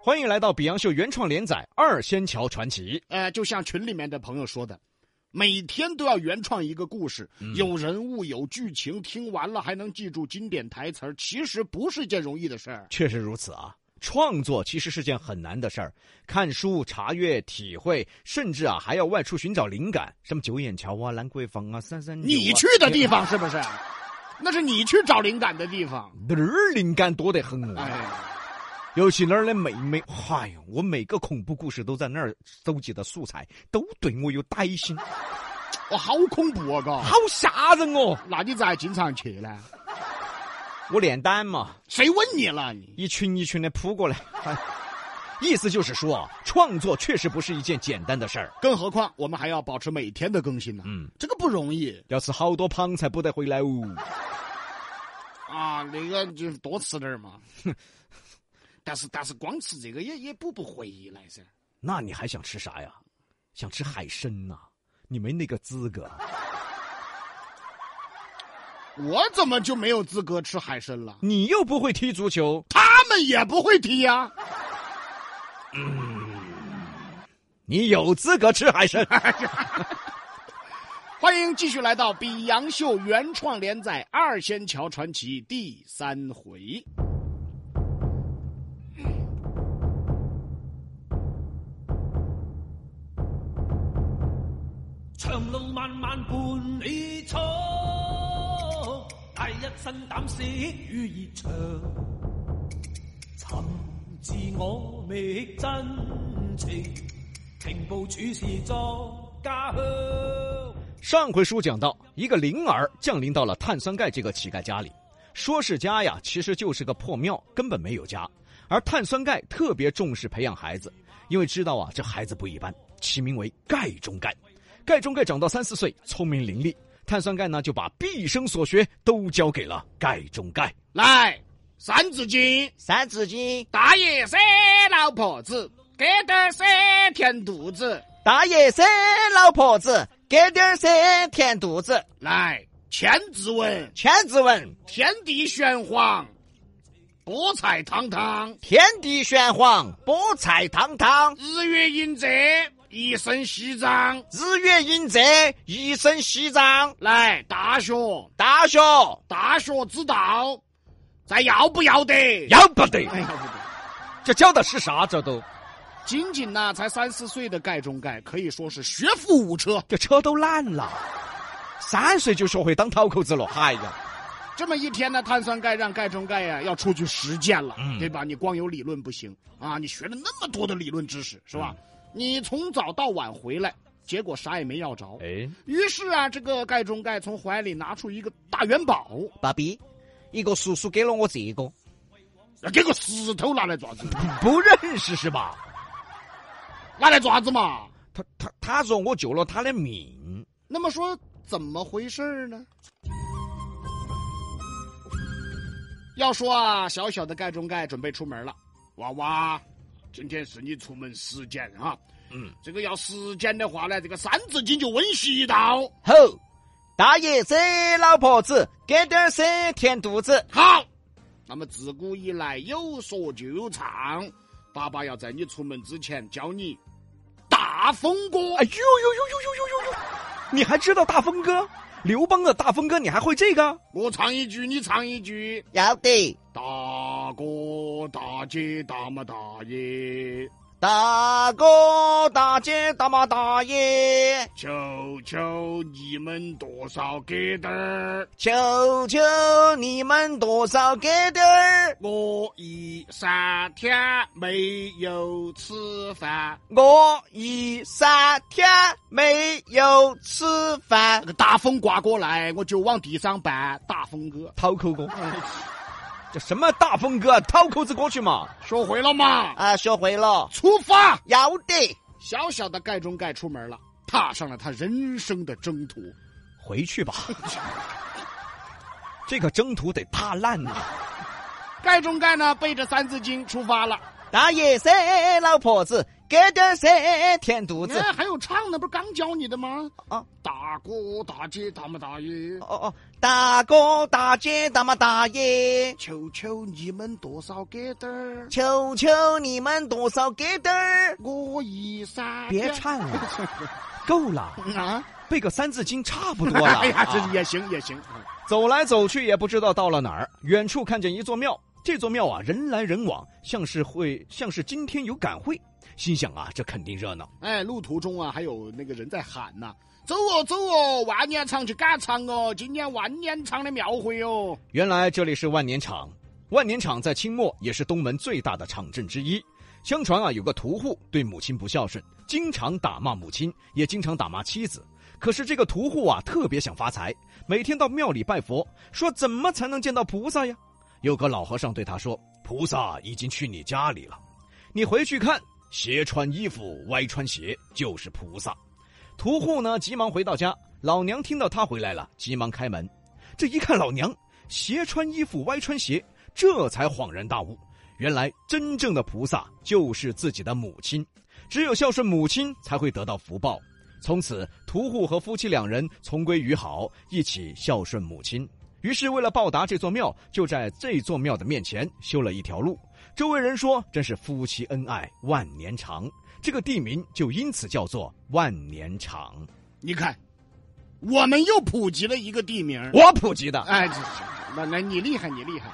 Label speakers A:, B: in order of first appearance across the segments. A: 欢迎来到《比洋秀》原创连载《二仙桥传奇》。
B: 呃，就像群里面的朋友说的，每天都要原创一个故事，
A: 嗯
B: 有人物有剧情，听完了还能记住经典台词儿，其实不是一件容易的事儿。
A: 确实如此啊，创作其实是件很难的事儿，看书、查阅、体会，甚至啊还要外出寻找灵感，什么九眼桥啊、兰桂坊啊、三三、啊、
B: 你去的地方是不是？那是你去找灵感的地方。
A: 哪哎儿灵感多得很啊！
B: 哎，
A: 尤其那儿的妹妹，哎呦，我每个恐怖故事都在那儿搜集的素材，都对我有歹心，
B: 我好恐怖啊！哥，
A: 好吓人哦！
B: 那你咋经常去呢？
A: 我炼丹嘛，
B: 谁问你了？你
A: 一群一群的扑过来。哎意思就是说，创作确实不是一件简单的事儿。
B: 更何况我们还要保持每天的更新呢、
A: 嗯，
B: 这个不容易
A: 要吃好多胖才补得回来哦。
B: 啊。那个就多吃点儿 嘛。但是但是光吃这个也也补不回来噻。
A: 那你还想吃啥呀？想吃海参呐、你没那个资格。
B: 我怎么就没有资格吃海参了？
A: 你又不会踢足球，
B: 他们也不会踢呀、
A: 你有资格吃海参。
B: 欢迎继续来到《比杨秀》原创连载《二仙桥传奇》第三回。
C: 长路漫漫伴你闯，带一身胆识与热肠，尋自我觅真情，情報處事作家鄉。
A: 上回书讲到，一个灵儿降临到了碳酸钙这个乞丐家里，说是家呀，其实就是个破庙，根本没有家。而碳酸钙特别重视培养孩子，因为知道啊，这孩子不一般，起名为钙中钙。钙中钙长到三四岁，聪明伶俐。碳酸钙呢，就把毕生所学都交给了钙中钙。
B: 来，《三字经》：
A: 三字经：
B: 大爷塞老婆子，给点塞填肚子。
A: 大爷生老婆子，给点参填肚子。
B: 来，《千字文》：
A: 千字文，
B: 天地玄黄，波菜汤汤。
A: 天地玄黄，菠菜汤汤。
B: 日月盈仄，一身西装。
A: 日月盈仄，一身西装。
B: 来，大学，
A: 大学
B: 大学之道，咱要不要得？
A: 要不得，
B: 哎，要不得。
A: 这教的是啥？这都，
B: 仅仅呐，才三四岁的盖中盖可以说是学富五车。
A: 这车都烂了，三岁就学会当讨口子了。哎呀，
B: 这么一天呢，碳酸钙让盖中盖呀、要出去实践了，
A: 嗯
B: 对吧？你光有理论不行啊，你学了那么多的理论知识，是吧？
A: 嗯
B: 你从早到晚回来，结果啥也没要着。
A: 哎，
B: 于是啊，这个盖中盖从怀里拿出一个大元宝，
A: 爸比，一个叔叔给了我这个，
B: 给个石头拿来爪子，
A: 不认识是吧？
B: 拿来爪子嘛。
A: 他他他说我救了他的命，
B: 那么说怎么回事儿呢？要说啊，小小的盖中盖准备出门了，娃娃，今天是你出门时间哈。
A: 嗯，
B: 这个要时间的话呢，这个《三字经》就温习到。
A: 吼，大爷子，老婆子，给点参填肚子。
B: 好，那么自古以来有说就有唱，爸爸要在你出门之前教你大风歌。
A: 哎呦呦呦呦呦呦呦呦！你还知道大风歌？刘邦的大风歌，你还会这个？
B: 我唱一句，你唱一句。
A: 要得，
B: 大哥、大姐、大妈、大爷，
A: 大哥、大姐、大妈、大爷，
B: 求求你们多少给点儿，
A: 求求你们多少给点儿，
B: 我已三天没有吃饭。
A: 我已三天没有吃饭
B: 那。个大风刮过来，我就往地上搬。大风哥，
A: 讨口歌，这什么大风歌？讨口子歌曲嘛？
B: 学会了吗？
A: 啊，学会了。
B: 出发！
A: 要得，
B: 小小的盖中盖出门了，踏上了他人生的征途。
A: 回去 吧。这个征途得踏烂呐、
B: 盖中盖呢，背着《三字经》出发了。
A: 大爷噻，老婆子，
D: 给点谁填肚子？
B: 哎，还有唱的，不是刚教你的吗？
D: 啊，
B: 大哥大姐大么大爷，
D: 哦哦，大哥大姐大妈大爷，
B: 求求你们多少给点儿，
D: 求求你们多少给点儿？
B: 我一三
D: 别唱 了，够了，
B: 啊！
D: 背个《三字经》差不多了。
B: 哎呀，这
D: 啊
B: 也行也行，嗯
D: 走来走去也不知道到了哪儿，远处看见一座庙，这座庙啊人来人往，像是会像是今天有赶会，心想啊这肯定热闹。
B: 哎，路途中啊，还有那个人在喊呐、走哦走哦，万年场去赶场哦，今年万年场的庙会哦。
D: 原来这里是万年场，万年场在清末也是东门最大的场镇之一。相传啊有个屠户对母亲不孝顺，经常打骂母亲，也经常打骂妻子。可是这个屠户啊特别想发财，每天到庙里拜佛，说怎么才能见到菩萨呀？有个老和尚对他说：“菩萨已经去你家里了，你回去看，斜穿衣服，歪穿鞋就是菩萨。”屠户呢急忙回到家，老娘听到他回来了，急忙开门，这一看老娘斜穿衣服，歪穿鞋，这才恍然大悟，原来真正的菩萨就是自己的母亲，只有孝顺母亲才会得到福报。从此，屠户和夫妻两人重归于好，一起孝顺母亲。于是，为了报答这座庙，就在这座庙的面前修了一条路。周围人说，真是夫妻恩爱万年长，这个地名就因此叫做万年场。
B: 你看，我们又普及了一个地名儿。
D: 我普及的。
B: 哎，这这那那你厉害，你厉害。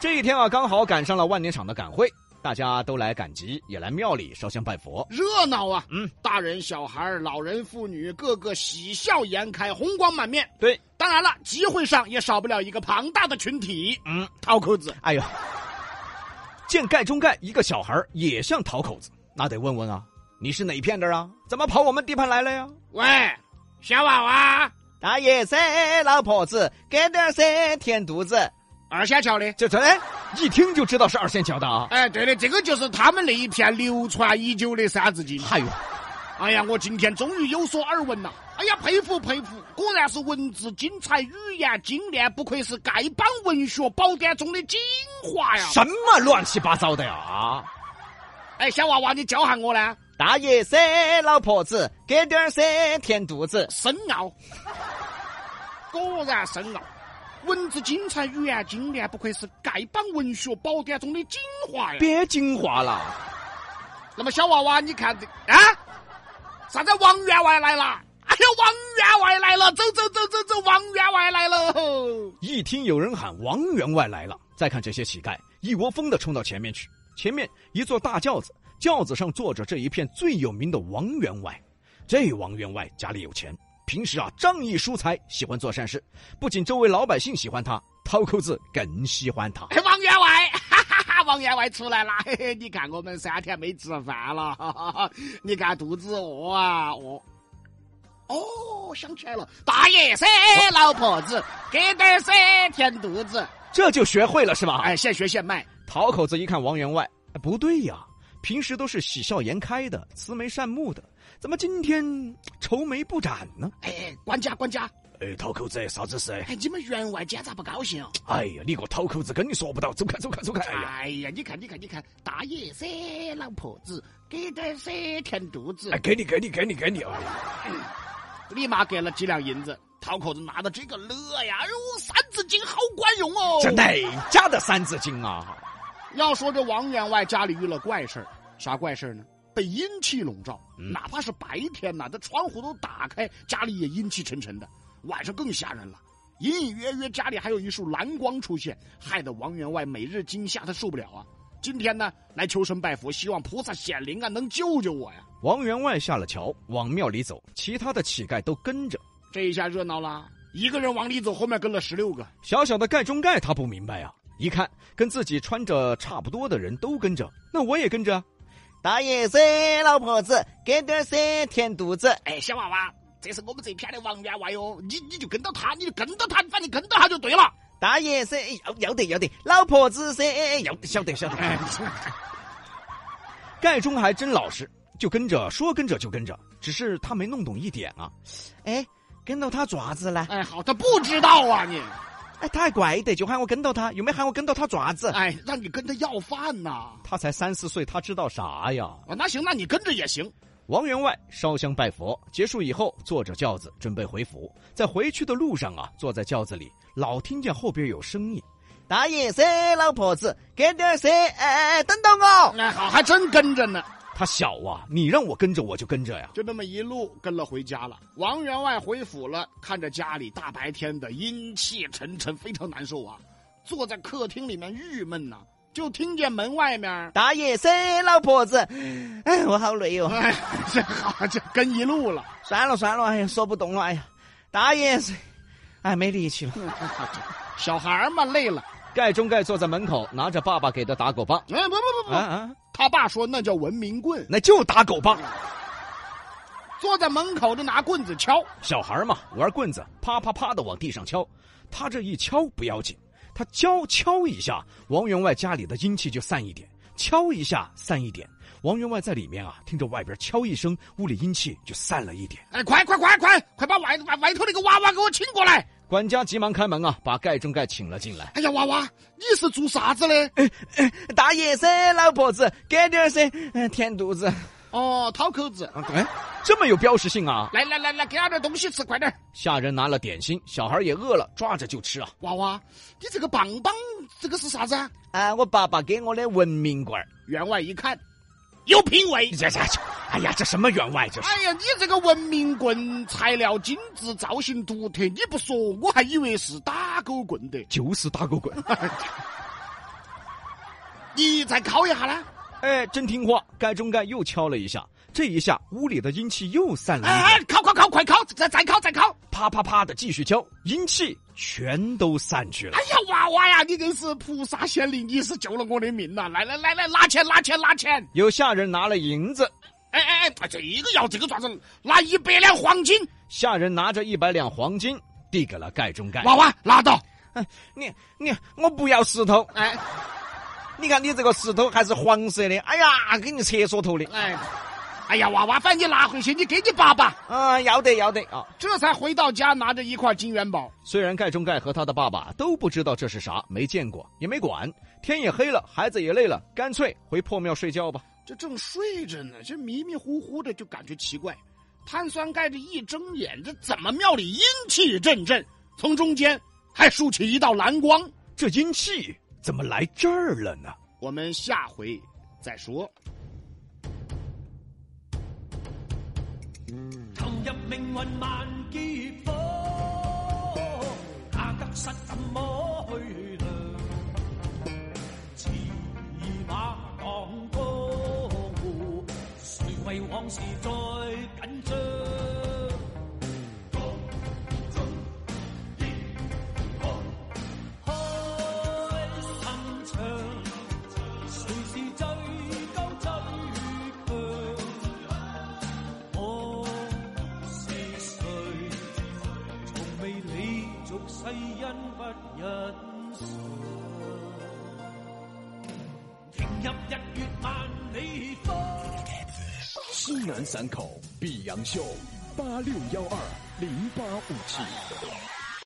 D: 这一天啊，刚好赶上了万年场的赶会，大家都来赶集，也来庙里烧香拜佛。
B: 热闹啊！
D: 嗯，
B: 大人、小孩儿、老人、妇女，个个喜笑颜开，红光满面。
D: 对，
B: 当然了，集会上也少不了一个庞大的群体
D: 嗯，
B: ——掏扣子。
D: 哎呦，见盖中盖一个小孩儿也像讨口子，那得问问啊，你是哪片的啊？怎么跑我们地盘来了呀？
B: 喂，小娃娃，
D: 大爷噻，老婆子，给点噻，填肚子。
B: 二仙桥的。
D: 这这，一听就知道是二线桥的啊。
B: 哎，对的，这个就是他们那一片流传已久的三字经。
D: 哎呦，
B: 哎呀，我今天终于有所耳闻了。哎呀，佩服佩服，果然是文字精彩，语言精炼，不愧是丐帮文学宝典中的精华呀！
D: 什么乱七八糟的呀？啊！
B: 哎，小娃娃，你教下我呢？
D: 大爷噻，老婆子，给点噻，填肚子。
B: 深奥，果然深奥。文字精彩，语言精炼，不愧是丐帮文学宝典中的精华呀！
D: 别精华了。
B: 那么小娃娃，你看这啊，啥子王员外来了？哎呀，王员外来了！走走走走走，王员外来了！
D: 一听有人喊王员外来了，再看这些乞丐，一窝蜂的冲到前面去。前面一座大轿子，轿子上坐着这一片最有名的王员外。这王员外家里有钱，平时啊仗义疏财，喜欢做善事。不仅周围老百姓喜欢他，掏扣子更喜欢他。
B: 哎王员外，哈哈哈，王员外出来啦！嘿嘿，你看我们三天没吃饭了， 哈哈哈，你看肚子饿啊，饿。哦，想起来了，大爷噻，老婆子，给点噻，填肚子。
D: 这就学会了是吧？
B: 哎，现学现卖。
D: 讨口子一看王员外，哎不对呀，平时都是喜笑颜开的，慈眉善目的，怎么今天愁眉不展呢？
B: 哎，管家管家，
D: 哎，讨口子，啥子事？
B: 哎，你们员外今天咋不高兴哦？
D: 哎呀，你个讨口子，跟你说不到，走开，走开，走开！哎呀，
B: 哎呀，你看你看你看，大爷噻，老婆子，给点噻，填肚子
D: 哎，。给你，给你，给你，给你！哎呀，
B: 立马给了几两银子。讨口子拿着这个乐呀，哎呦，三字经好管用哦。
D: 这哪家的《三字经》啊？
B: 要说这王员外家里遇了怪事儿，啥怪事儿呢？被阴气笼罩，
D: 嗯
B: 哪怕是白天呐、这窗户都打开，家里也阴气沉沉的。晚上更吓人了，隐隐约约家里还有一束蓝光出现，害得王员外每日惊吓，他受不了啊。今天呢，来求神拜佛，希望菩萨显灵啊，能救救我呀！
D: 王员外下了桥，啊往庙里走，其他的乞丐都跟着。
B: 这一下热闹啦，一个人往里走，后面跟了十六个。
D: 小小的盖中盖他不明白啊，一看跟自己穿着差不多的人都跟着，那我也跟着啊。大爷噻，老婆子，给点噻，填肚子。
B: 哎，小娃娃，这是我们这片的王员外哟，你你就跟到他，你就跟到他，反正跟到他就对了。
D: 大爷噻，要要得要得，老婆子噻，要得晓得晓得。盖中还真老实，就跟着说跟着就跟着，只是他没弄懂一点啊。哎，跟到他爪子了。
B: 哎，好，他不知道啊你。
D: 哎，他还怪得，就喊我跟到他，又没喊我跟到他爪 子。
B: 哎，让你跟他要饭呐、啊
D: 他才三四岁，他知道啥呀？
B: 那行，那你跟着也行。
D: 王员外烧香拜佛，结束以后坐着轿子准备回府，在回去的路上啊，坐在轿子里老听见后边有声音：“大爷噻，老婆子，给点噻，哎哎，等到我。
B: 哎，好，还真跟着呢，”
D: 他小啊，你让我跟着我就跟着呀。
B: 就那么一路跟了回家了。王员外回府了，看着家里大白天的阴气沉沉，非常难受啊，坐在客厅里面郁闷呐、就听见门外面儿，
D: 大爷噻，老婆子，哎，我好累哦，
B: 哎，这好，这跟一路了，
D: 算了算了，哎呀，说不动了，哎呀，大爷噻，哎，没力气了。
B: 小孩儿嘛累了。
D: 盖中盖坐在门口，拿着爸爸给的打狗棒。
B: 哎，不不不不，
D: 啊啊，
B: 他爸说那叫文明棍，
D: 那就打狗棒。
B: 坐在门口就拿棍子敲。
D: 小孩嘛，玩棍子，啪啪啪的往地上敲。他这一敲不要紧，他敲敲一下，王员外家里的阴气就散一点；敲一下散一点。王员外在里面啊，听着外边敲一声，屋里阴气就散了一点。
B: 哎，快快快快快把外外外头那个娃娃给我请过来！
D: 管家急忙开门啊，把盖中盖请了进来。
B: 哎呀，娃娃，你是做啥子的？
D: 大爷噻，老婆子，给点噻，填肚子。
B: 哦，掏口子。
D: 哎，这么有标识性啊！
B: 来来来来，给俺点东西吃，快点！
D: 下人拿了点心，小孩也饿了，抓着就吃啊。
B: 娃娃，你这个棒棒，这个是啥子啊？
D: 啊，我爸爸给我的文明棍儿。
B: 员外一看，有品位。
D: 这这这，哎呀，这什么员外这是？
B: 哎呀，你这个文明棍，材料精致，造型独特，你不说我还以为是打狗棍的。
D: 就是打 狗棍。
B: 你再敲一下呢？
D: 哎，真听话。盖中盖又敲了一下，这一下屋里的阴气又散了
B: 哎
D: 一点，
B: 哎，敲敲敲，快敲！再再敲再敲！
D: 啪啪啪的继续敲，阴气全都散去了
B: 哎。呀，娃娃呀，你真是菩萨显灵，你是救了我的命呐、来来来来，拿钱拿钱拿钱！
D: 有下人拿了银子，
B: 哎哎哎，哎这个要这个爪子，拿一百两黄金，
D: 下人拿着一百两黄金递给了盖中盖。
B: 娃娃拿到。
D: 你你我不要石头，
B: 哎
D: 你看你这个石头还是黄色的，哎呀，给你厕所头的
B: 哎，哎呀，娃娃，反正你拿回去，你给你爸爸。
D: 啊，要得要得啊。
B: 这才回到家，拿着一块金元宝。
D: 虽然盖中盖和他的爸爸都不知道这是啥，没见过，也没管。天也黑了，孩子也累了，干脆回破庙睡觉吧。
B: 这正睡着呢，这迷迷糊糊的就感觉奇怪。碳酸钙这一睁眼，这怎么庙里阴气阵阵，从中间还竖起一道蓝光。
D: 这阴气怎么来这儿了呢？
B: 我们下回再说。
C: 投入命運萬劫火，價得失怎麼去量？似馬當江湖，誰為往事再緊張？開心唱，誰是最高最強？我是誰？從未理俗世因不忍常。迎入日月萬里方。
E: 西南散口碧阳秀八六幺二零八五七。